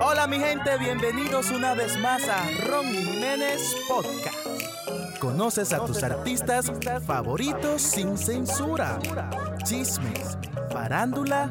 Hola mi gente, bienvenidos una vez más a Ron y Jiménez Podcast. Conoces a tus artistas favoritos sin censura, chismes, farándula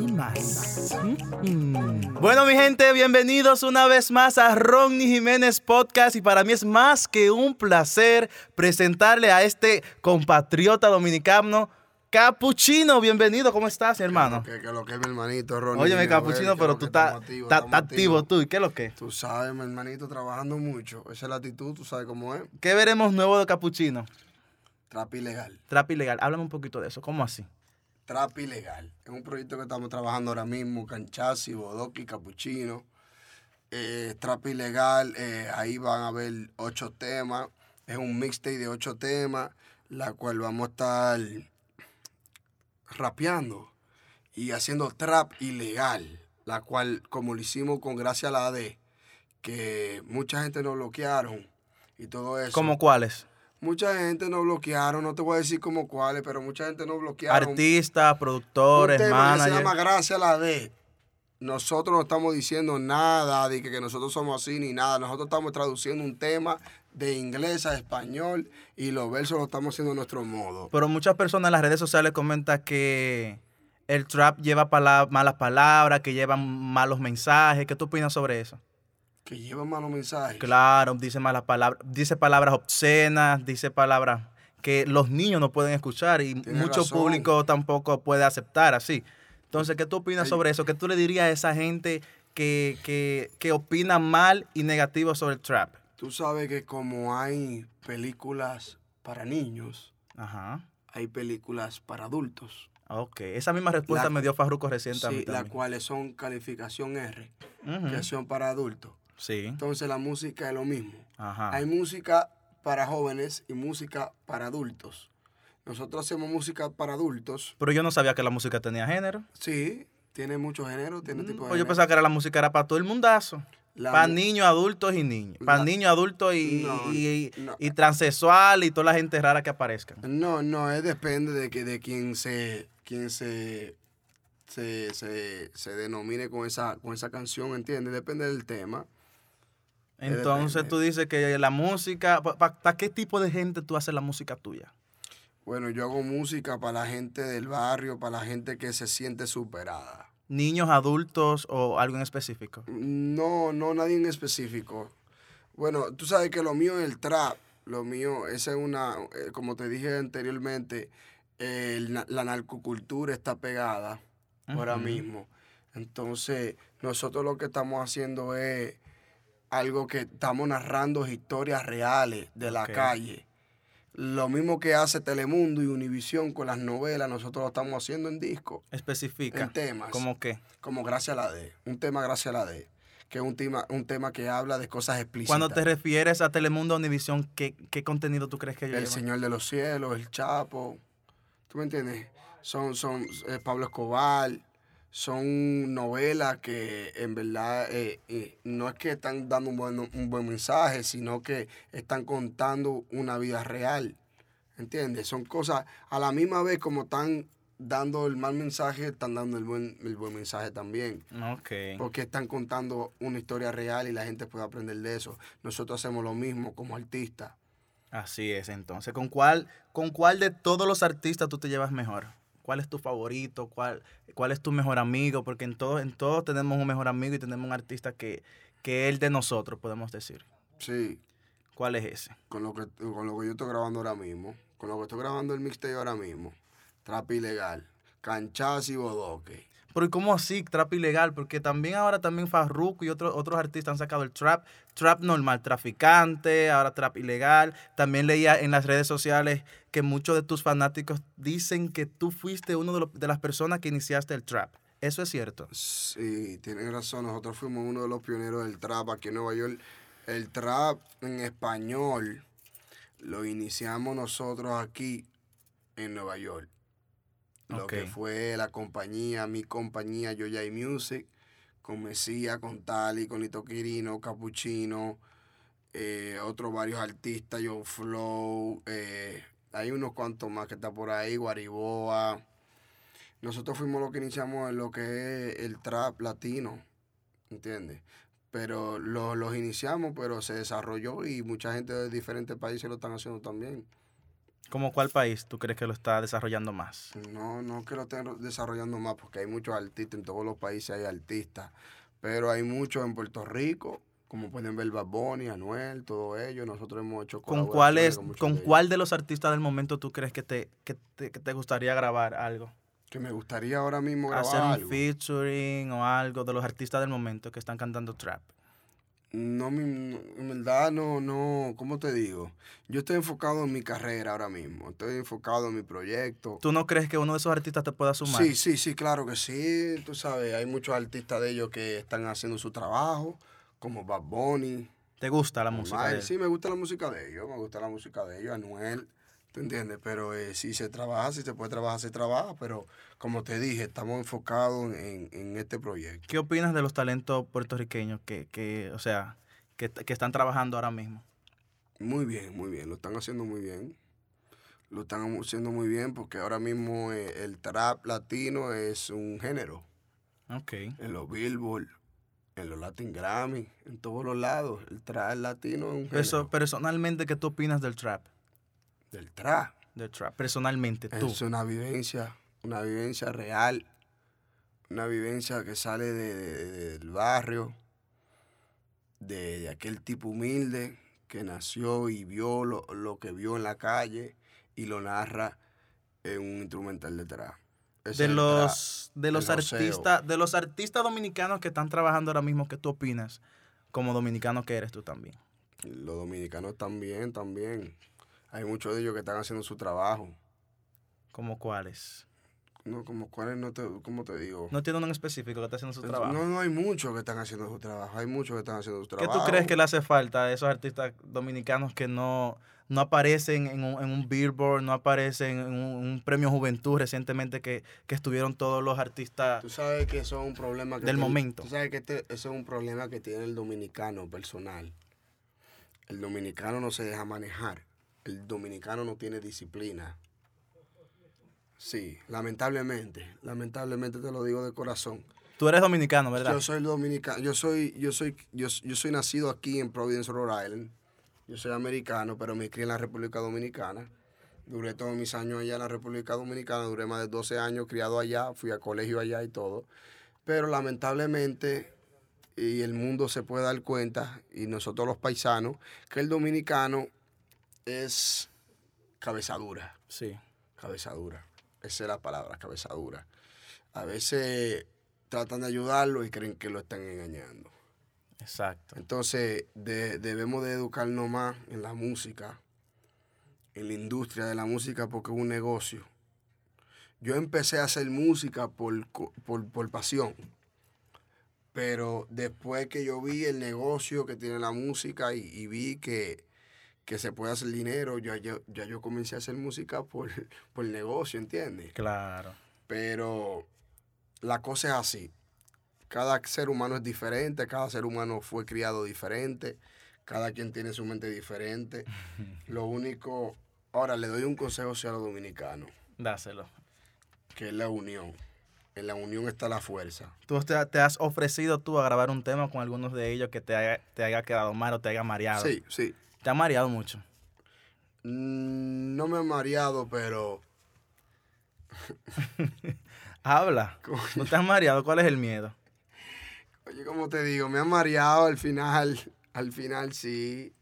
y más. Mm. Bueno mi gente, bienvenidos una vez más a Ron y Jiménez Podcast y para mí es más que un placer presentarle a este compatriota dominicano. Capuchino, bienvenido, ¿cómo estás, mi hermano? Que, que lo que es mi hermanito, Ronnie. Ah. Oye, mi Mira, güey, capuchino, que pero lo tú que estás estamos activos, estás- estamos estás activo, activos. tú, ¿y qué es lo que? Tú sabes, mi hermanito, trabajando mucho. Esa es la actitud, tú sabes cómo es. ¿Qué veremos nuevo de Capuchino? Trap ilegal. Trap ilegal, háblame un poquito de eso, ¿cómo así? Trap ilegal. Es un proyecto que estamos trabajando ahora mismo. Canchasi, Bodoki, Capuchino. Eh, trap ilegal. eh, ahí van a haber ocho temas. Es un mixtape de ocho temas, la cual vamos a estar rapeando y haciendo trap ilegal, la cual, como lo hicimos con Gracias a la AD, que mucha gente nos bloquearon y todo eso. ¿Cómo cuáles? Mucha gente nos bloquearon, no te voy a decir como cuáles, pero mucha gente nos bloquearon. Artistas, productores, Un tema que se llama managers. Gracias a la D. Nosotros no estamos diciendo nada de que, que nosotros somos así ni nada. Nosotros estamos traduciendo un tema de inglés a español y los versos lo estamos haciendo a nuestro modo. Pero muchas personas en las redes sociales comentan que el trap lleva pala- malas palabras, que lleva malos mensajes. ¿Qué tú opinas sobre eso? Que llevan malos mensajes. Claro, dice malas palabras, dice palabras obscenas, dice palabras que los niños no pueden escuchar y Tienes mucho razón. público tampoco puede aceptar así. Entonces, ¿qué tú opinas Ey. sobre eso? ¿Qué tú le dirías a esa gente que, que, que opina mal y negativo sobre el trap? Tú sabes que como hay películas para niños, Ajá. hay películas para adultos. Ok. Esa misma respuesta La- me dio Farruko recién Sí, también. las también. cuales son calificación R, Ujú. que son para adultos. Sí. Entonces la música es lo mismo. Ajá. Hay música para jóvenes y música para adultos. Nosotros hacemos música para adultos. Pero yo no sabía que la música tenía género. Sí, tiene muchos géneros, tiene Mm, Este tipo de pues yo género. pensaba que era la música era para todo el mundazo. La para mu- niños, adultos y niñas. Para La- niños, adultos y, No, y, y- no. y transexual y toda la gente rara que aparezca. No, no, es depende de que de quién se quién se se, se, se denomine con esa con esa canción, ¿entiendes? Depende del tema. Entonces depende. tú dices que la música. ¿Para qué tipo de gente tú haces la música tuya? Bueno, yo hago música para la gente del barrio, para la gente que se siente superada. ¿Niños, adultos o algo en específico? No, no, nadie en específico. Bueno, tú sabes que lo mío es el trap. Lo mío, esa es una, eh, como te dije anteriormente, eh, el na- la narcocultura está pegada ahora Ujú. mismo. Entonces, nosotros lo que estamos haciendo es algo que estamos narrando historias reales de la Ok. calle. Lo mismo que hace Telemundo y Univisión con las novelas, nosotros lo estamos haciendo en disco Especifica. En temas. ¿Cómo qué? como Gracias a la D, un tema Gracias a la D, que es un tema, un tema que habla de cosas explícitas. Cuando te refieres a Telemundo Univisión, ¿qué, qué contenido tú crees que yo El Señor de los Cielos, El Chapo, ¿tú me entiendes? Son, son eh, Pablo Escobar, son novelas que en verdad eh, eh, no es que están dando un buen, un buen mensaje, sino que están contando una vida real, ¿entiendes? Son cosas, a la misma vez como están dando el mal mensaje, están dando el buen, el buen mensaje también. Ok. porque están contando una historia real y la gente puede aprender de eso. Nosotros hacemos lo mismo como artistas. Así es, entonces, ¿con cuál, ¿con cuál de todos los artistas tú te llevas mejor? ¿Cuál es tu favorito? ¿Cuál, cuál es tu mejor amigo? Porque en todos en todos tenemos un mejor amigo y tenemos un artista que, que es de nosotros, podemos decir. Sí, ¿Cuál es ese? con lo, que, con lo que yo estoy grabando ahora mismo, con lo que estoy grabando el mixtape ahora mismo, Trap Ilegal, Canchas y Bodoque. Pero ¿y cómo así? Trap ilegal, porque también ahora también Farruko y otros otros artistas han sacado el trap, trap normal, traficante, ahora trap ilegal. También leía en las redes sociales que muchos de tus fanáticos dicen que tú fuiste uno de, los- de las personas que iniciaste el trap. ¿Eso es cierto? Sí, tienen razón, nosotros fuimos uno de los pioneros del trap aquí en Nueva York. El trap en español lo iniciamos nosotros aquí en Nueva York. Lo Ok. que fue la compañía, mi compañía, Yoyay Music, con Mesías, con Tali, con Lito Quirino, Capuchino, eh, otros varios artistas, Yo Flow, eh, hay unos cuantos más que está por ahí, Guariboa. Nosotros fuimos los que iniciamos en lo que es el trap latino, ¿entiendes? Pero lo- los iniciamos, pero se desarrolló y mucha gente de diferentes países lo están haciendo también. ¿Cómo cuál país tú crees que lo está desarrollando más? No, no que lo estén desarrollando más, porque hay muchos artistas, en todos los países hay artistas, pero hay muchos en Puerto Rico, como pueden ver Bad Bunny, Anuel, todo ello, nosotros hemos hecho ¿Con cuál, colaboraciones es, muchos ¿con de ellos. cuál de los artistas del momento tú crees que te, que te, que te gustaría grabar algo? Que me gustaría ahora mismo grabar Hacer un algo. featuring o algo de los artistas del momento que están cantando trap. No, mi- no, en verdad, no, no, ¿cómo te digo? Yo estoy enfocado en mi carrera ahora mismo, estoy enfocado en mi proyecto. ¿Tú no crees que uno de esos artistas te pueda sumar? Sí, sí, sí, claro que sí, tú sabes, hay muchos artistas de ellos que están haciendo su trabajo, como Bad Bunny, ¿Te gusta la música? Omar, de él? sí, me gusta la música de ellos, me gusta la música de ellos, Anuel, ¿te entiendes? Pero eh, si se trabaja, si se puede trabajar, se trabaja, pero como te dije, estamos enfocados en, en este proyecto. ¿Qué opinas de los talentos puertorriqueños que, que o sea, que, que están trabajando ahora mismo? Muy bien, muy bien, lo están haciendo muy bien. Lo están haciendo muy bien porque ahora mismo eh, el trap latino es un género. Ok. En los Billboard, en los Latin Grammy, en todos los lados. El trap latino es un género. Perso- personalmente, ¿qué tú opinas del trap? Del trap. Del trap. Personalmente, tú. Es una vivencia, una vivencia real, una vivencia que sale de- de- de- del barrio, de, de aquel tipo humilde que nació y vio lo, lo que vio en la calle y lo narra en un instrumental detrás. de los de el los joseo. artistas de los artistas dominicanos que están trabajando ahora mismo qué tú opinas como dominicano que eres tú también Los dominicanos también, también. Hay muchos de ellos que están haciendo su trabajo. como cuáles No, como cuáles no te, ¿cómo te digo? no tiene uno en específico que está haciendo su trabajo No, no hay muchos que están haciendo su trabajo. Hay muchos que están haciendo su qué trabajo. tú crees que le hace falta a esos artistas dominicanos que no no aparecen en un, en un Billboard, no aparecen en un, un premio Juventud recientemente que, que estuvieron todos los artistas. Tú sabes que eso es un problema que Del tiene- momento. Tú sabes que este- eso es un problema que tiene el dominicano personal. El dominicano no se deja manejar. El dominicano no tiene disciplina. Sí, lamentablemente, lamentablemente te lo digo de corazón. Tú eres dominicano, ¿verdad? Yo soy dominicano, yo soy, yo soy, yo, yo soy nacido aquí en Providence, Rhode Island. Yo soy americano, pero me crié en la República Dominicana. Duré todos mis años allá en la República Dominicana, duré más de 12 años criado allá, fui a colegio allá y todo. Pero lamentablemente, y el mundo se puede dar cuenta, y nosotros los paisanos, que el dominicano es cabezadura. Sí. Cabezadura. Esa es la palabra, cabezadura. A veces tratan de ayudarlo y creen que lo están engañando. Exacto. Entonces, de- debemos de educarnos más en la música, en la industria de la música, porque es un negocio. Yo empecé a hacer música por, co- por, por pasión, pero después que yo vi el negocio que tiene la música y, y vi que, que se puede hacer dinero, yo, yo- ya yo comencé a hacer música por, por negocio, ¿entiendes? Claro. Pero la cosa es así. Cada ser humano es diferente, cada ser humano fue criado diferente, cada quien tiene su mente diferente. Lo único, ahora le doy un consejo hacia los dominicanos, Dáselo. que es la unión. En la unión está la fuerza. ¿Tú te, te has ofrecido tú a grabar un tema con algunos de ellos que te haya, te haya quedado mal o te haya mareado? Sí, sí. Te ha mareado mucho. Mm, No me he mareado, pero Habla. ¿No te has mareado? ¿Cuál es el miedo? oye, como te digo, me ha mareado al final. Al final sí.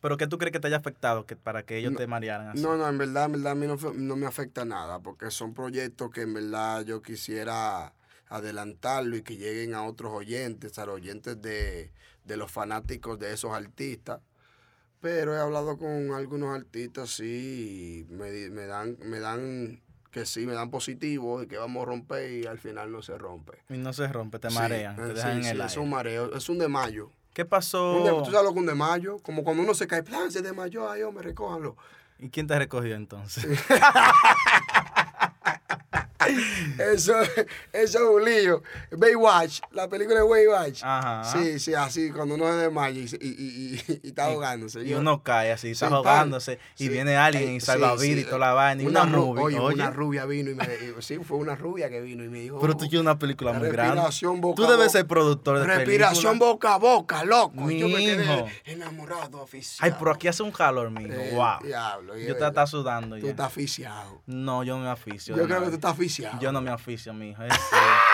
¿Pero qué tú crees que te haya afectado que, para que ellos No, te marearan así? No, no, en verdad, en verdad a mí no, fue- no me afecta nada, porque son proyectos que en verdad yo quisiera adelantarlo y que lleguen a otros oyentes, a los oyentes de, de los fanáticos de esos artistas. Pero he hablado con algunos artistas, sí, y me, di- me dan, me dan, que sí, me dan positivo y que vamos a romper y al final no se rompe. Y no se rompe, te Sí, marean, eh, te dejan sí, en el aire. Oh. sí, Es un mareo, es un de mayo. ¿Qué Un de- pasó? ¿Tú sabes lo que un de mayo? Como cuando uno se cae, plan, se desmayó, ay, hombre, recójanlo. ¿Y quién te recogió entonces? eso, eso es un lío. Baywatch, la película de Baywatch. Ajá. Sí, sí, así, cuando uno es de Maya y, y, y, y- y está ahogándose. Y Yo- uno cae así, está Sí, pan. ahogándose y Sí. viene alguien Eh, y salva sí, vida y sí. toda la vaina. Y Una, una, ru- movie, oye, oye. una rubia vino y me dijo, sí, fue una rubia que vino y me dijo, Pero tú quieres una película muy grande. Respiración boca Tú a debes boca. ser productor de respiración película. boca a boca, loco. Y yo me Mijo. quedé enamorado, Ay, aficionado. pero aquí hace un calor, mijo. Eh, wow. diablo, y es yo te verdad. está sudando Tú ya. estás aficionado. No, yo no me aficio. Yo de creo que nada. tú estás aficionado. Yo no me aficio, mijo. es-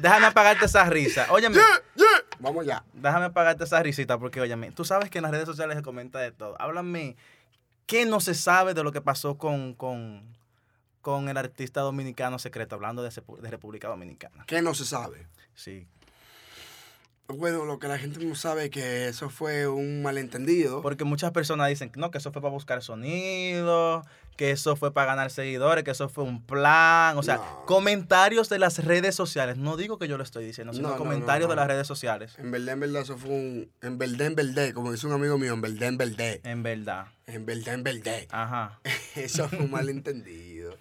déjame apagarte esa risa. Óyeme. Yeah, yeah. Vamos ya. Déjame apagarte esa risita porque, óyeme, tú sabes que en las redes sociales se comenta de todo. Háblame, ¿qué no se sabe de lo que pasó con, con, con el artista dominicano secreto, hablando de, Sepu- de República Dominicana? ¿Qué no se sabe? Sí. Bueno, lo que la gente no sabe es que eso fue un malentendido. Porque muchas personas dicen, no, que eso fue para buscar sonido, que eso fue para ganar seguidores, que eso fue un plan. O sea, No. comentarios de las redes sociales. No digo que yo lo estoy diciendo, sino No, no, no, comentarios no. de las redes sociales. En verdad, en verdad, eso fue un... En verdad, en verdad, como dice un amigo mío, en verdad, en verdad. En verdad. En verdad, en verdad. Ajá. Eso fue un malentendido.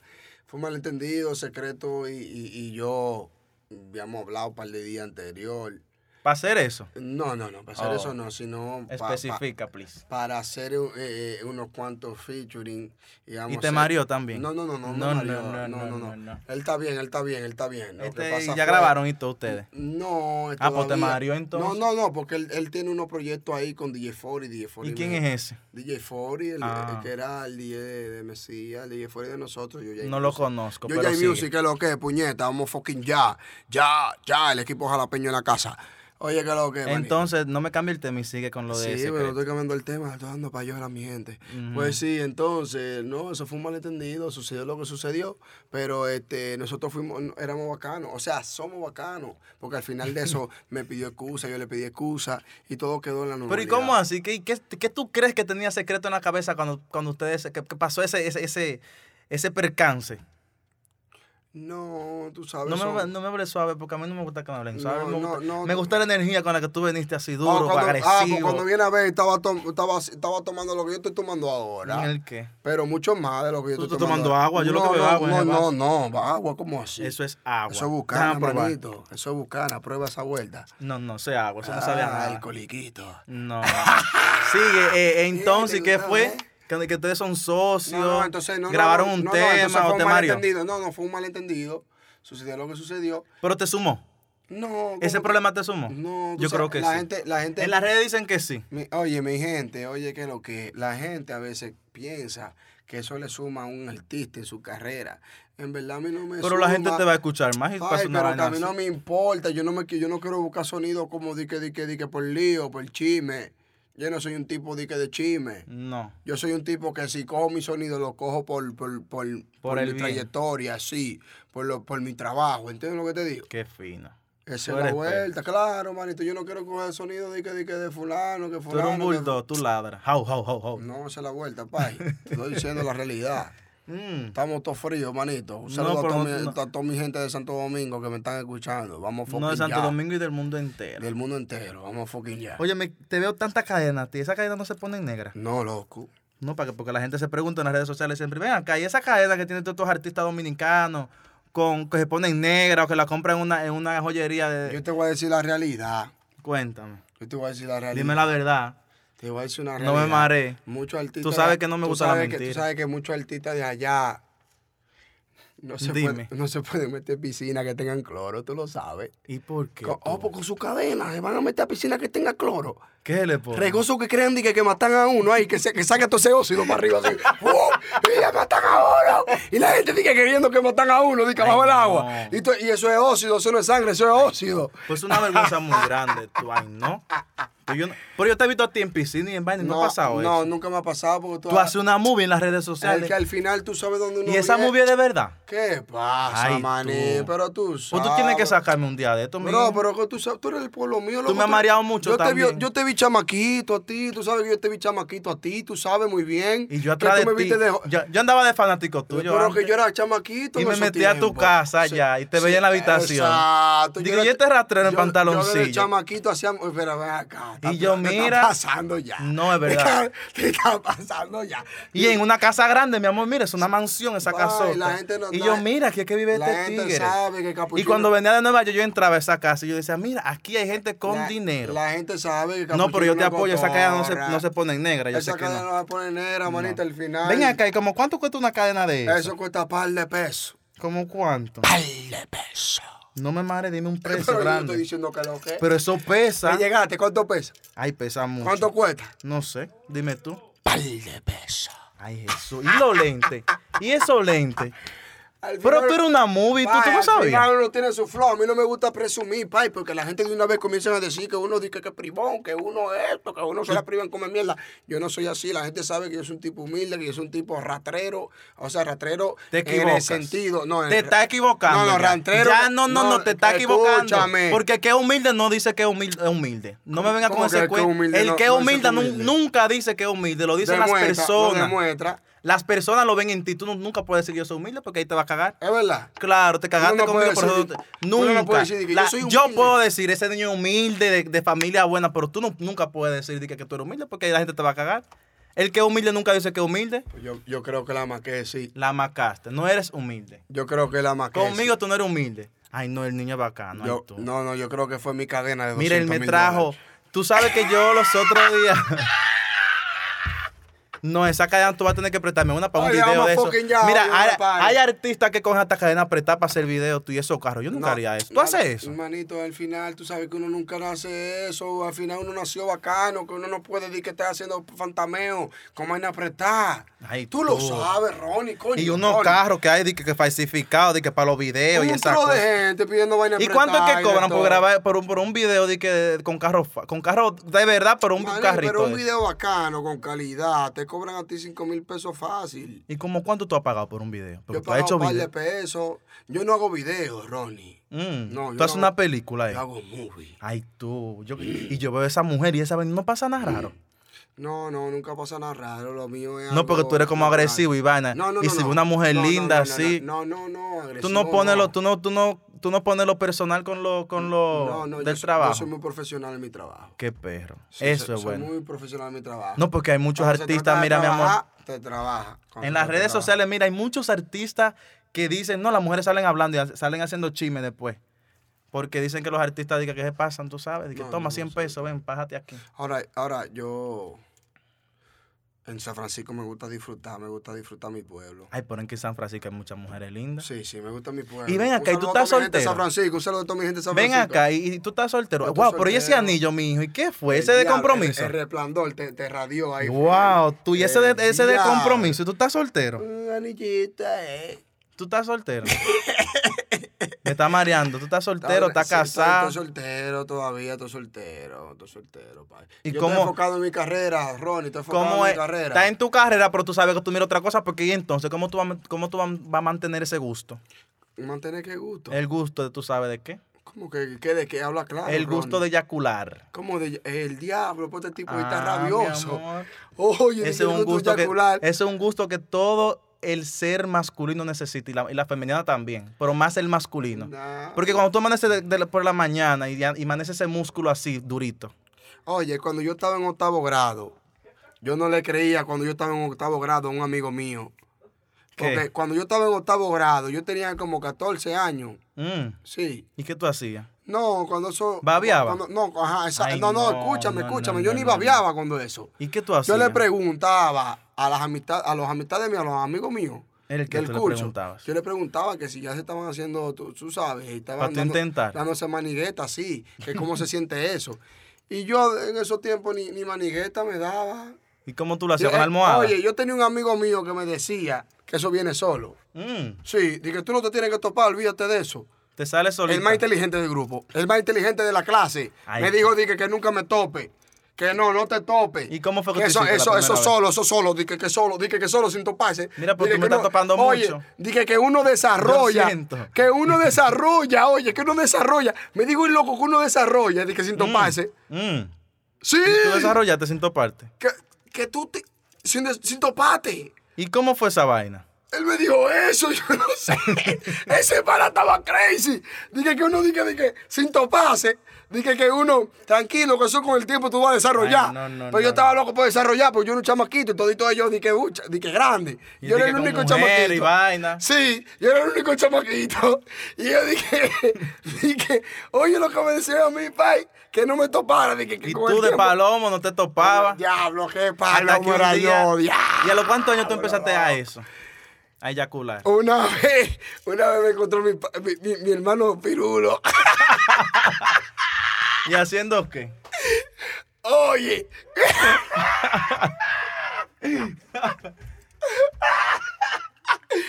Fue un malentendido, secreto, y, y- y yo habíamos hablado un par de días anterior. Para hacer eso, No, no, no, para hacer Oh. eso no, sino pa- pa- especifica, please. para hacer eh, eh, unos cuantos featuring. Y digamos, te eh, mareó también. No, no, no, no, No, no, Mario, no, no, no, no, no, no, no. Él está bien, él está bien, él está bien. Lo que Este, pasa ya fue- grabaron y todo ustedes. No, eh, Ah, pues te todavía. mareó entonces. No, no, no, porque él, él tiene unos proyectos ahí con DJ 40 y DJ 40. ¿Y quién es ese? DJ 40, el, Ah. el que era el DJ de, de Mesías, el DJ 40 de nosotros. Yo ya No lo conozco, Yo pero ya hay sigue. music, que lo que, puñeta, vamos fucking ya, ya, ya, el equipo jalapeño en la casa. Oye, que lo que. manito. Entonces, no me cambie el tema y sigue con lo de Sí, ese. pero estoy cambiando el tema, estoy dando para llorar a mi gente. Pues sí, entonces, no, eso fue un malentendido, sucedió lo que sucedió, pero este, nosotros fuimos, no, éramos bacanos, o sea, somos bacanos, porque al final de eso me pidió excusa, yo le pedí excusa y todo quedó en la normalidad. Pero ¿y cómo así? ¿Qué, qué, qué tú crees que tenía secreto en la cabeza cuando, cuando ustedes, que, que pasó ese, ese, ese, ese percance? No, tú sabes. No Ah, me, son- no me hables suave porque a mí no me gusta que me hablen suave. No, me, gusta, no, no. me gusta la energía con la que tú viniste así Ah, duro, cuando, ah, pues agresivo. cuando viene a ver, estaba, tom- estaba, estaba tomando lo que yo estoy tomando ahora. ¿En el qué? Pero mucho más de lo que yo Tú estoy estás tomando. tomando agua, yo lo No, que veo no, agua en No, el no, no, agua, ¿cómo así? Eso es agua. Eso es Déjame bucana, probar. manito. Eso es bucana, prueba esa vuelta. No, no, sea agua. Eso no sabía Ah, nada. el coliquito. No. Sigue, eh, eh, entonces, te ¿qué gustó, fue? ¿eh? Que, que ustedes son socios, No, no, oh, entonces no. grabaron no, un no, no, entonces tema fue o un temario, malentendido. No, no, fue un malentendido. Sucedió lo que sucedió. pero te sumó. No. ¿Ese ¿cómo problema te sumó? que- No, tú yo creo sabes, que la sí. Gente, la gente. En las redes dicen que sí. mi- oye, mi gente, oye, que lo que. La gente a veces piensa que eso le suma a un artista en su carrera. En verdad, a mí no me Pero la gente suma. te va a escuchar más y pasa Ay, una pero que vaina a mí no así. me importa. Yo no, me, qui- yo no quiero buscar sonido como di que, di que, di que por lío, por chisme. Yo no soy un tipo di que de chisme. No. Yo soy un tipo que si cojo mi sonido lo cojo por, por, por, por el mi bien. trayectoria, sí, por, lo, por mi trabajo. ¿Entiendes lo que te digo? Qué fino. Tú Esa es eres la vuelta, claro, manito. Yo no quiero coger sonido de que, de que de fulano, que fulano. Tú eres un que bulldog, tú ladras. How, how, how, how. fu- No, esa es la vuelta, pai. Te estoy diciendo la realidad. Mm. Estamos todos fríos, manito. No, Un saludo pero a, toda no- mi, no. a toda mi gente de Santo Domingo que me están escuchando. Vamos fucking No de Santo ya. Domingo y del mundo entero. Del mundo entero. Vamos fucking ya. Oye, me- te veo tanta cadena, tío. Esa cadena no se pone negra. No, loco. No, para que, porque la gente se pregunta en las redes sociales siempre, ven acá, y esa cadena que tienen todos estos artistas dominicanos, con, que se ponen negra o que la compran en una, en una joyería de... Yo te voy a decir la realidad. Cuéntame, Yo te voy a decir la realidad. dime la verdad. Te voy a decir una No realidad. me mareé. Muchos artistas. Tú sabes que no me tú gusta la sabes que- mentira. Tú sabes que muchos artistas de allá no se, Dime. pueden, no se pueden meter piscina que tengan cloro, tú lo sabes. ¿Y por qué? Co- oh, tú? porque con su cadena se van a meter a piscina que tenga cloro. ¿Qué le pongo? Regoso que crean de que, que matan a uno ahí, que, se, que saque todo ese óxido para arriba así. ¡Wow! ¡Y ya matan a uno! Y la gente dice queriendo que matan a uno, dice Ay, bajo el no. agua. Y, to- y eso es óxido, eso no es sangre, eso es óxido. Pues una vergüenza muy grande, tú, ay, ¿no? Tú, yo no- Pero yo te he visto a ti en piscina y en vaina, y no, ha pasado No, eso. nunca me ha pasado porque tú, Tú haces una movie en las redes el sociales. que al final tú sabes dónde uno Y esa viene. movie es de verdad. ¿Qué pasa, Ay, maní? tú. Pero tú sabes. Pues tú tienes que sacarme un día de esto, No, mijo. pero que tú, sabes, tú eres el pueblo mío. me has mareado mucho yo Te también. vi, yo te vi chamaquito a ti, tú sabes que yo te vi chamaquito a ti, tú sabes muy bien. Y yo que atrás tú de me ti. viste de jo- Yo, yo andaba de fanático tuyo. pero antes. que yo era chamaquito. Y en me esos metí a tu tiempos. casa ya, y te veía en la habitación. Exacto. Digo, yo "Y era- este rastrero en yo- Yo pantaloncillo". de chamaquito hacía. Uy, Pero ven acá. está- Y yo, te mira, Está pasando ya. no es verdad. Te está pasando ya. Y en una casa grande, mi amor, mira, es una mansión esa Ay, casota. la gente no- y la yo, gente- mira, aquí es que vive la este gente tigre. sabe que y Capuchino- cuando venía de Nueva York, yo entraba a esa casa y yo decía, mira, aquí hay gente con La- dinero. La gente sabe que no, pero yo te Capuchino apoyo, es esa cadena no se, cotorra. no se pone en negra, yo Esa sé que cadena no. no va a poner negra, manita, al final. Ven acá, ¿y como cuánto cuesta una cadena de esas? Eso cuesta par de pesos. ¿Cómo cuánto? Par de pesos. No me mares, dime un precio Pero yo no grande. estoy diciendo que lo que. Pero eso pesa. ¿Te llegaste? ¿Cuánto pesa? Ay, pesa mucho. ¿Cuánto cuesta? No sé, dime tú. Par de pesos. Ay, Jesús. Y los lentes. Y esos lentes. Al Pero final- tú eres una movie, tú, tú Pai, no al sabías. final uno tiene su flow. A mí no me gusta presumir, pai, porque la gente de una vez comienzan a decir que uno dice que es privón, que uno es esto, que a uno se la privan comer mierda. Yo no soy así. La gente sabe que yo soy un tipo humilde, que yo soy un tipo rastrero. O sea, rastrero Te en el equivocas. sentido. No, en Te el- estás equivocando. No, no, ya. rastrero. Ya, no, no, no, te estás equivocando. escúchame. Porque que humilde no dice que es humilde. es humilde. No me venga con ¿Cómo que ese que cuento. humilde El no- que es no dice humilde, que nu- humilde? nunca dice que es humilde. Lo dicen las Demuestra, lo personas. demuestra. Las personas lo ven en ti. Tú nu- nunca puedes decir yo soy humilde porque ahí te va a cagar. Es verdad. Claro, te cagaste Uno no conmigo, puede por eso decir- no te- uno no nunca. puede decir que yo La- soy humilde. puedo decir, ese niño es humilde, de, de familia buena, pero tú no- nunca puedes decir de que, que tú eres humilde porque ahí la gente te va a cagar. El que es humilde nunca dice que es humilde. Yo, yo creo que la maqué sí. La macaste, no eres humilde. Yo creo que la maqué. Conmigo tú no eres humilde. Ay, no, el niño es bacano. sí. ay, Yo- tú. no, no, yo creo que fue mi cadena de Mira, él 200 me mil trajo. dólares. Tú sabes que yo los otros días. No, esa cadena tú vas a tener que prestarme una para un Oye, video vamos de eso. fucking ya, Mira, oye, hay, no pares. hay artistas que cogen esta cadena apretada para hacer video tú y esos carros. Yo nunca haría eso. ¿Tú no, haces eso? Hermanito, al final tú sabes que uno nunca hace eso. Al final uno nació bacano, que uno no puede decir que está haciendo fantameo, como hay apretar. Ay, tú, lo tú. sabes, Ronnie, coño. Y unos Ronnie. carros que hay de que, que falsificados, de que para los videos y Un esas trozo de cosas. gente pidiendo vaina ¿Y cuánto es apretada que y de cobran por todo. grabar por un, por un video de que con carro fa- con carro de verdad, pero un Manito, carrito? Pero un de- video bacano, con calidad, te cobran a ti 5 mil pesos fácil. ¿Y como cuánto tú has pagado por un video? Yo Porque he tú has pagado hecho un par de video. pesos. Yo no hago videos, Ronnie. Mm, No, yo tú haces no- una película. eh. Yo hago movie. Ay, tú. Yo, y yo veo a esa mujer y esa vaina, no pasa nada raro. No, no, nunca pasa nada raro. Lo mío es. No, porque algo tú eres como normal. agresivo, Ivana. No, no, y no, si no. una mujer No, no, linda no, no, así, No, no, no, agresivo. tú no pones lo, tú no, tú no, tú no pones lo personal con lo, con lo No, no, del yo, soy- trabajo. Yo soy muy profesional en mi trabajo. Qué perro. Sí, Eso soy- es bueno. Soy muy profesional en mi trabajo. No, porque hay muchos Cuando se artistas, trata de mira, mi amor. trabajar, Te trabaja. Cuando En las se redes trabaja. sociales, mira, hay muchos artistas que dicen, no, las mujeres salen hablando y ha- salen haciendo chisme después. Porque dicen que los artistas dicen que se pasan, tú sabes, de que No, toma no, 100 sí. pesos, ven, pájate aquí. Ahora, ahora, yo. En San Francisco me gusta disfrutar, me gusta disfrutar mi pueblo. Ay, pero en que en San Francisco hay muchas mujeres lindas. Sí, sí, me gusta mi pueblo. Y ven Un acá, y tú saludo a toda estás mi gente de San soltero. Francisco, un saludo a toda mi gente de San Ven Francisco. acá, y, y tú estás soltero. Yo estoy wow, pero ¿y ese soltero. anillo, mijo? ¿Y qué fue? El Pues ¿Ese de diablo, compromiso? El, el resplandor te, te radió ahí. Eh, wow, tú y ese El de, ese de diablo. compromiso. ¿Tú estás soltero? Un anillita, Mm, eh. ¿Tú estás soltero? Me está mareando. ¿Tú estás soltero? Ahora, ¿Estás sí, estoy- casado? Estoy soltero todavía, estoy soltero, estoy soltero, pai. ¿Y Yo cómo- estoy enfocado en mi carrera, Ronnie, estoy enfocado ¿Cómo en es? mi carrera. Está en tu carrera, pero tú sabes que tú miras otra cosa, porque ¿y entonces cómo tú vas cómo tú vas vas a mantener ese gusto? Mantener qué gusto. El gusto de tú sabes de qué? ¿Cómo que, que de qué habla claro? el gusto de eyacular. Como de el diablo, pues este tipo ahí está Ah, mi rabioso. amor. Oye, Ese es un gusto que ese es un gusto que todo el ser masculino necesita y la, y la femenina también, pero más el masculino. Porque cuando tú amaneces de- de la- por la mañana y, ya- y amanece ese músculo así, durito. Oye, cuando yo estaba en octavo grado, yo no le creía cuando yo estaba en octavo grado a un amigo mío. ¿Qué? Porque cuando yo estaba en octavo grado, yo tenía como 14 años. Mm. Sí. ¿Y qué tú hacías? No, cuando eso. ¿Babeaba? cuando- no, ajá, esa- Ay, no, no, no, escúchame, no, escúchame. no, yo no, ni no, no. babeaba cuando eso. ¿Y qué tú hacías? Yo le preguntaba a las amistades, a los amistades míos, a los amigos míos. El que del tú le curso, preguntabas. Yo le preguntaba que si ya se estaban haciendo, tú, tú sabes, y estaban Pa' tú intentar. dándose manigueta, sí, que cómo se siente eso. Y yo en esos tiempos ni, ni manigueta me daba. ¿Y cómo tú lo hacías Yo, con la eh, almohada? Oye, yo tenía un amigo mío que me decía que eso viene solo. Mm, Sí, de que tú no te tienes que topar, olvídate de eso. te sale solito. El más inteligente del grupo, el más inteligente de la clase. Ay. me dijo dije, que nunca me tope. Que no, no te tope. ¿Y cómo fue que que tú eso, hiciste la eso, primera eso vez? solo, eso solo, dije que solo, dije que solo sin toparse. Mira, pero Dije tú me que estás topando oye, mucho. Dije que uno desarrolla, siento. que uno desarrolla, oye, que uno desarrolla. Me dijo el loco que uno desarrolla, dije sin toparse. Mm. Sí. Tú desarrollaste sin toparte. Que, que tú te- sin, des- sin toparte. ¿Y cómo fue esa vaina? Él me dijo eso, yo no sé. Ese para estaba crazy. Dije que uno, dije, dije, sin toparse. Dije que uno, tranquilo, que eso con el tiempo tú vas a desarrollar. Ay, no, no, pero no. yo estaba loco por desarrollar, porque yo era un chamaquito y todito ellos, dije, ucha, dije grande. Y yo era dije con el único mujer chamaquito. y vaina. Sí, yo era el único chamaquito. Y yo dije, dije, oye lo que me decía a mi pai, que no me topara. Dije, que Y con tú el de tiempo- palomo no te topabas. Diablo, qué Hasta que palomo un era día- yo, ¿Y a los cuántos años tú diablo, empezaste loco. a eso? A eyacular. Una vez, una vez me encontró mi, pa- mi, mi- mi hermano Pirulo. ¿Y haciendo qué? Oye,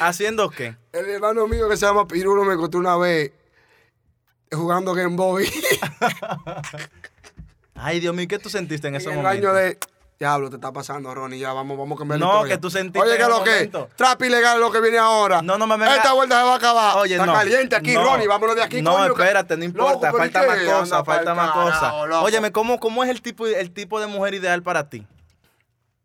¿Haciendo qué? el hermano mío que se llama Pirulo me encontró una vez jugando Game Boy Ay, Dios mío, ¿qué tú sentiste en ese en el momento? año de... Diablo, te está pasando, Ronnie, ya vamos, vamos a cambiar la No, historia. que tú sentiste Oye, en que el lo que momento. trap ilegal es lo que viene ahora. No, no me venga- Esta vuelta se va a acabar. Ah, Oye, está no. caliente aquí, No. Ronnie, vámonos de aquí. No, coño, que- espérate, no importa. Loco, pero ¿y falta qué? más Anda cosas, pa'l falta más cosas. carajo, loco. Óyeme, ¿cómo, ¿cómo es el tipo, el tipo de mujer ideal para ti?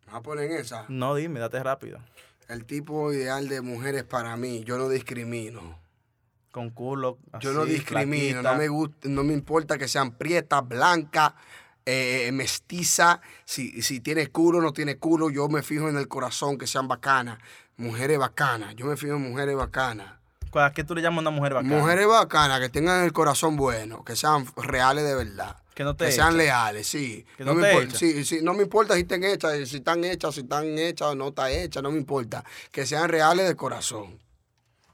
Vamos a poner esa. No, dime, date rápido. El tipo ideal de mujeres para mí, yo no discrimino. Con culo. Yo así, no discrimino, flaquita. no me gusta, no me importa que sean prietas, blancas, eh, mestiza, si, si tiene culo o no tiene culo, yo me fijo en el corazón que sean bacanas, mujeres bacanas, yo me fijo en mujeres bacanas. ¿A qué tú le llamas una mujer bacana? Mujeres bacanas que tengan el corazón bueno, que sean reales de verdad. Que no te sean echen. leales, sí. Que no me te impor- echen. sí, sí, No me importa si están hechas, si están hechas, si están hechas o no están hechas, no me importa. Que sean reales de corazón.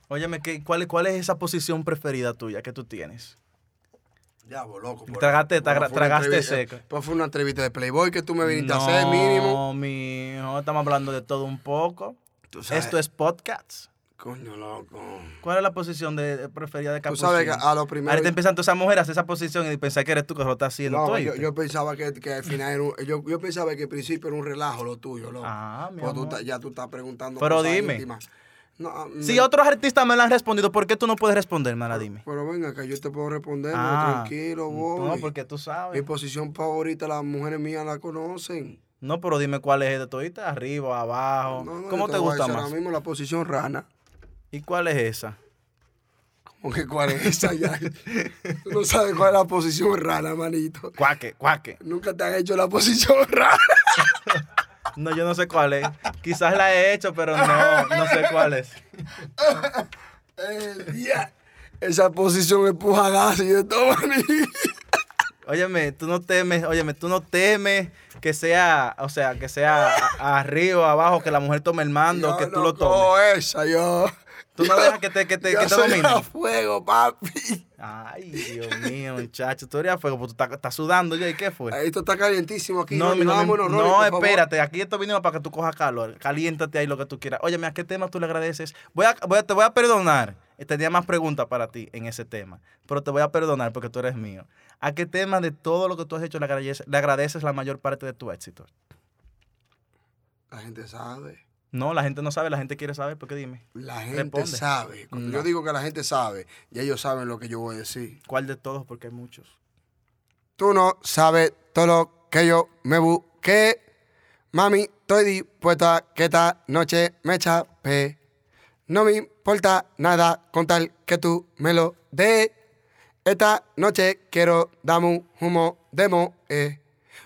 Óyeme, ¿qué, cuál, ¿cuál es esa posición preferida tuya que tú tienes? Diablo, loco. pero- Tragaste- pero traga- fue una tragaste entrevista- seco. Pues fue una entrevista de Playboy que tú me viniste a hacer, mínimo. No, mijo, estamos hablando de todo un poco. Tú sabes. Esto es podcast. Coño, loco. ¿Cuál es la posición de, preferida de Tú Capuchino? sabes que a lo primero- Ahorita empiezan todas esas mujeres a hacer esa posición y pensar que eres tú que lo estás haciendo. No, ¿tú yo, oíste? yo pensaba que, que al final era un, yo, yo pensaba que al principio era un relajo lo tuyo, loco. Ah, mi Pero tú amor. estás- ya tú estás preguntando Pero cosas dime. íntimas. No, ah, Si me- otros artistas me la han respondido, ¿por qué tú no puedes responderme? Ahora dime. Pero venga, que yo te puedo responder, pero Ah, No, tranquilo, Bobby. porque tú Mi sabes. posición favorita, las mujeres mías la conocen. No, pero dime cuál es de todita, arriba, abajo. No, no, ¿Cómo yo te, voy a gusta decir más? Ahora mismo la posición rana. ¿Y cuál es esa? ¿Cómo que cuál es esa ya? Tú no sabes cuál es la posición rana, manito. Cuaque, cuaque. Nunca te han hecho la posición rara. No, yo no sé cuál es. Quizás la he hecho, pero no, no sé cuál es. El día. Esa posición empuja gas y de todo. maní. Óyeme, tú no temes, óyeme, tú no temes que sea, o sea, que sea a- arriba, abajo, que la mujer tome el mando, Yo que tú no lo tomes. cojo esa, yo. Tú no yo- dejas que te- que te- yo que te soy dominen. a fuego, papi. Ay, Dios mío, muchacho, tú eres a fuego, pues tú estás, estás sudando ya, ¿y qué fue? Esto está calientísimo aquí. Pues. No, Ronnie, mi- no, mi- vámonos, Ronnie, no, por favor. espérate, aquí esto vinimos para que tú cojas calor, caliéntate ahí lo que tú quieras. Óyeme, ¿a qué tema tú le agradeces? Voy a, voy a- te voy a perdonar, Eh, tenía más preguntas para ti en ese tema, pero te voy a perdonar porque tú eres mío. ¿A qué tema de todo lo que tú has hecho le agradeces, le agradeces la mayor parte de tu éxito? La gente sabe. No, la gente no sabe, la gente quiere saber, porque dime, La gente Responde. Mm. sabe. Cuando No. yo digo que la gente sabe, ya ellos saben lo que yo voy a decir. ¿cuál de todos? Porque hay muchos. Tú no sabes todo lo que yo me busqué. Mami, estoy dispuesta que esta noche me chape. No me importa nada con tal que tú me lo des. Esta noche quiero darme un humo de mo. eh.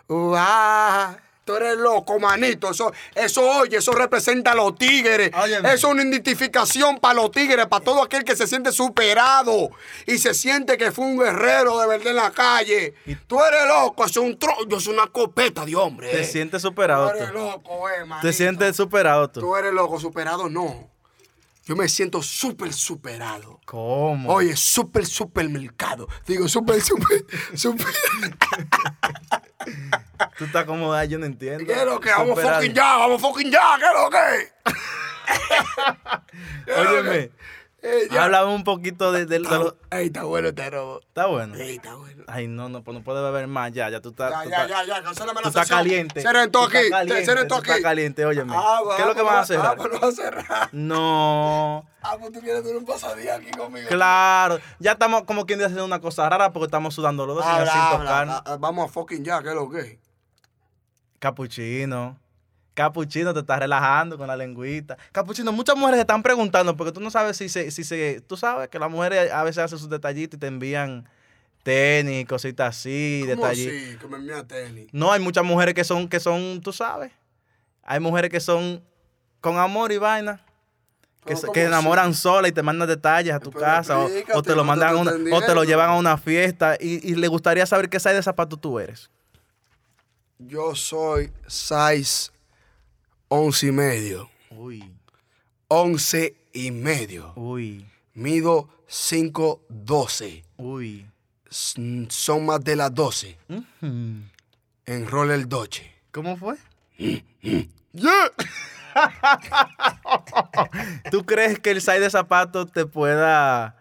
Uah, Tú eres loco, manito. Eso, eso, oye, eso representa a los tigres. Óyeme. Eso es una identificación para los tigres, para todo aquel que se siente superado y se siente que fue un guerrero de verdad en la calle. Tú eres loco, eso es un tro- es una copeta de hombre. Te eh. sientes Tú superado eres tú. loco, eh, manito. Te sientes superado tú. Tú eres loco, superado no. Yo me siento súper superado. ¿Cómo? Oye, súper supermercado. Digo, súper, súper, súper. Tú estás acomodado, yo no entiendo. ¿Qué es lo que? Vamos Superado. fucking ya, vamos fucking ya. ¿Qué es lo que? ¿Qué es lo Óyeme, que? Eh, ya. háblame un poquito de, de- de Está lo- bu- Ahí está bueno este robo. ¿Está bueno? Ahí está bueno. Ay, no, no, pues no puede beber más, ya, ya tú estás... Ya, tú ya, estás- ya, ya, cancélame Tú la estás sesión. caliente. Cierren todo Tú estás aquí. caliente, Cierren todo tú estás aquí. caliente, óyeme. Ah, ¿Qué es lo que van a hacer? Ah, pues no a cerrar. No, Ah, pues tú quieres tener un pasadía aquí conmigo. claro. Ya estamos como quien dice haciendo una cosa rara porque estamos sudando los dos Habla, sin habla, tocar. ah, ah, Vamos a fucking ya, ¿qué es lo que? Capuchino. Capuchino te estás relajando con la lengüita. Capuchino, muchas mujeres te están preguntando porque tú no sabes si se, si se. Tú sabes que las mujeres a veces hacen sus detallitos y te envían tenis, cositas así, ¿Cómo detallitos. así? Que me envía tenis. No, hay muchas mujeres que son, que son, tú sabes. Hay mujeres que son con amor y vaina. Que, Pero se- Oh, ¿cómo que así? enamoran sola y te mandan detalles a tu Pero casa o- o, explícate, te lo no mandan te a una- estoy o te lo entendiendo. llevan a una fiesta y, y le gustaría saber qué size de zapato tú eres. Yo soy size 11 y medio. Uy, 11 y medio. uy, Mido 5'12". uy. S- Son más de las 12. En roller doche. ¿Cómo fue? Yeah. ¿Tú crees que el size de zapato te pueda...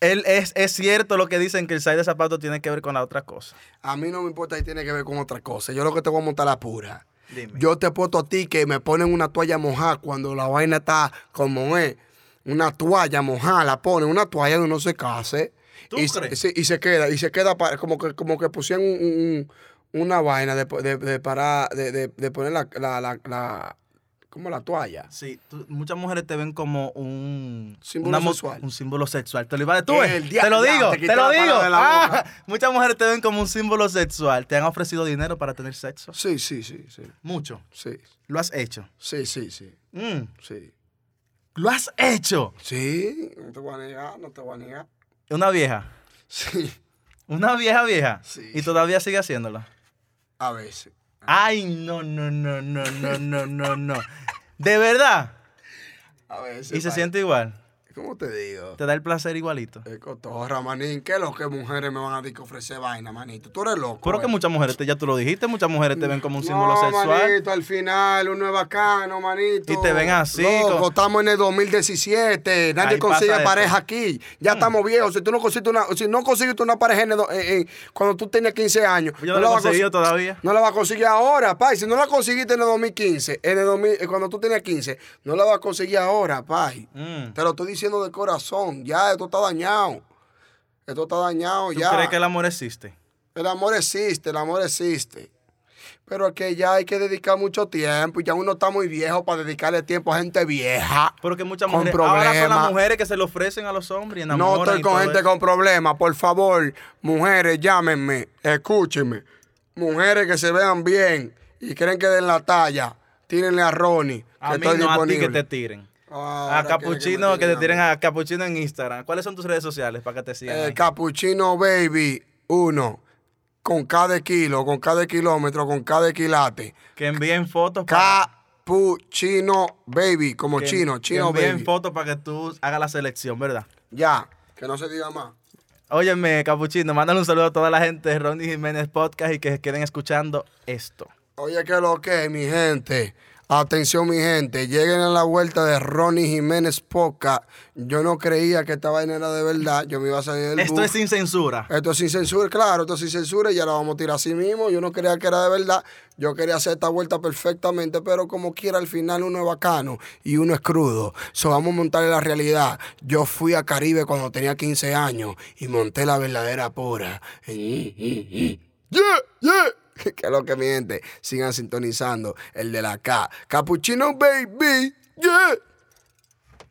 Él, es, es cierto lo que dicen que el size de zapato tiene que ver con la otra cosa. A mí no me importa si tiene que ver con otra cosa. Yo lo que te voy a montar la pura. Dime. Yo te puesto a ti que me ponen una toalla mojada cuando la vaina está como es. Una toalla mojada, la ponen, una toalla donde no se case. ¿Tú y, crees? Se, y se queda, y se queda pa- como que, como que pusieron un- un- un- una vaina de, po- de, de parar- de, de- de poner la, la, la, la- como la toalla. Sí, tú- muchas mujeres te ven como un Símbolo mo- sexual. Un símbolo sexual. Te lo iba a tú, El eh, dia- te lo ya, digo, te te, quité lo la digo. palabra de la Ah, boca. muchas mujeres te ven como un símbolo sexual. ¿Te han ofrecido dinero para tener sexo? Sí, sí, sí, sí. Mucho. Sí, Lo has hecho. sí, sí, sí. Mm, Sí. Lo has hecho. Sí, no te voy a negar, no te voy a negar. Una vieja. Sí, Una vieja vieja. Sí. Y todavía sigue haciéndolo. a veces. Ay, no, no, no, no, no, no, no, no. De verdad. A veces. Y se pa- siente igual. ¿Cómo te digo? Te da el placer igualito. Es cotorra, manín. ¿Qué es lo que mujeres me van a decir que ofrecer vaina, manito? Tú eres loco. Creo que eh. muchas mujeres, te- ya tú lo dijiste, muchas mujeres te ven como un símbolo no, sexual. manito, al final uno es bacano, manito. Y te ven así, Loco, con- estamos en el 2017. Nadie Ahí pasa Mm. consigue eso. pareja aquí. Ya estamos viejos. Si tú no consigues una, si no consigues una pareja en el do- en- en- cuando tú tenías 15 años, Yo no lo la he vas a conseguido cons- todavía. no la vas a conseguir ahora, pay. Si no la conseguiste en el 2015, en el 2000, eh, cuando tú tenías 15, no la vas a conseguir ahora, pay. Mm. Te lo estoy diciendo de corazón. Ya, esto está dañado. Esto está dañado ¿Tú ya. crees que el amor existe? El amor existe, el amor existe. Pero es que ya hay que dedicar mucho tiempo. y Ya uno está muy viejo para dedicarle tiempo a gente vieja. Porque muchas Con mujeres. Ahora son las problemas. mujeres que se le ofrecen a los hombres y enamoran. No estoy y con todo gente eso. con problemas. Por favor, mujeres, llámenme, escúchenme. Mujeres que se vean bien y creen que den la talla, tírenle a Ronnie, que A mí estoy no, a ti disponible. que te tiren. Ahora a que- que me Capuchino, que, tiren te a tiren mí. Eh, a Capuchino en Instagram. ¿Cuáles son tus redes sociales para que te sigan? El ahí? Capuchino Baby uno Con cada kilo, con cada kilómetro, con cada quilate. que envíen fotos. para- Capuchino Baby, como que- chino, chino Que envíen baby. fotos para que tú hagas la selección, ¿verdad? Ya, que no se diga más. Óyeme, Capuchino, mándale un saludo a toda la gente de Ronnie Jiménez Podcast y que se queden escuchando esto. Oye, que lo que, mi gente. Atención, mi gente. Lleguen a la vuelta de Ronnie Jiménez Poca. Yo no creía que esta vaina era de verdad. Yo me iba a salir del Esto bus. es sin censura. Esto es sin censura, claro, esto es sin censura y ya la vamos a tirar así mismo. Yo no creía que era de verdad. Yo quería hacer esta vuelta perfectamente, pero como quiera, al final uno es bacano y uno es crudo. So vamos a montarle la realidad. Yo fui a Caribe cuando tenía 15 años y monté la verdadera pura. Yeah, yeah. Que es lo que mi gente. Sigan sintonizando el de la K. Capuchino Baby. Yeah.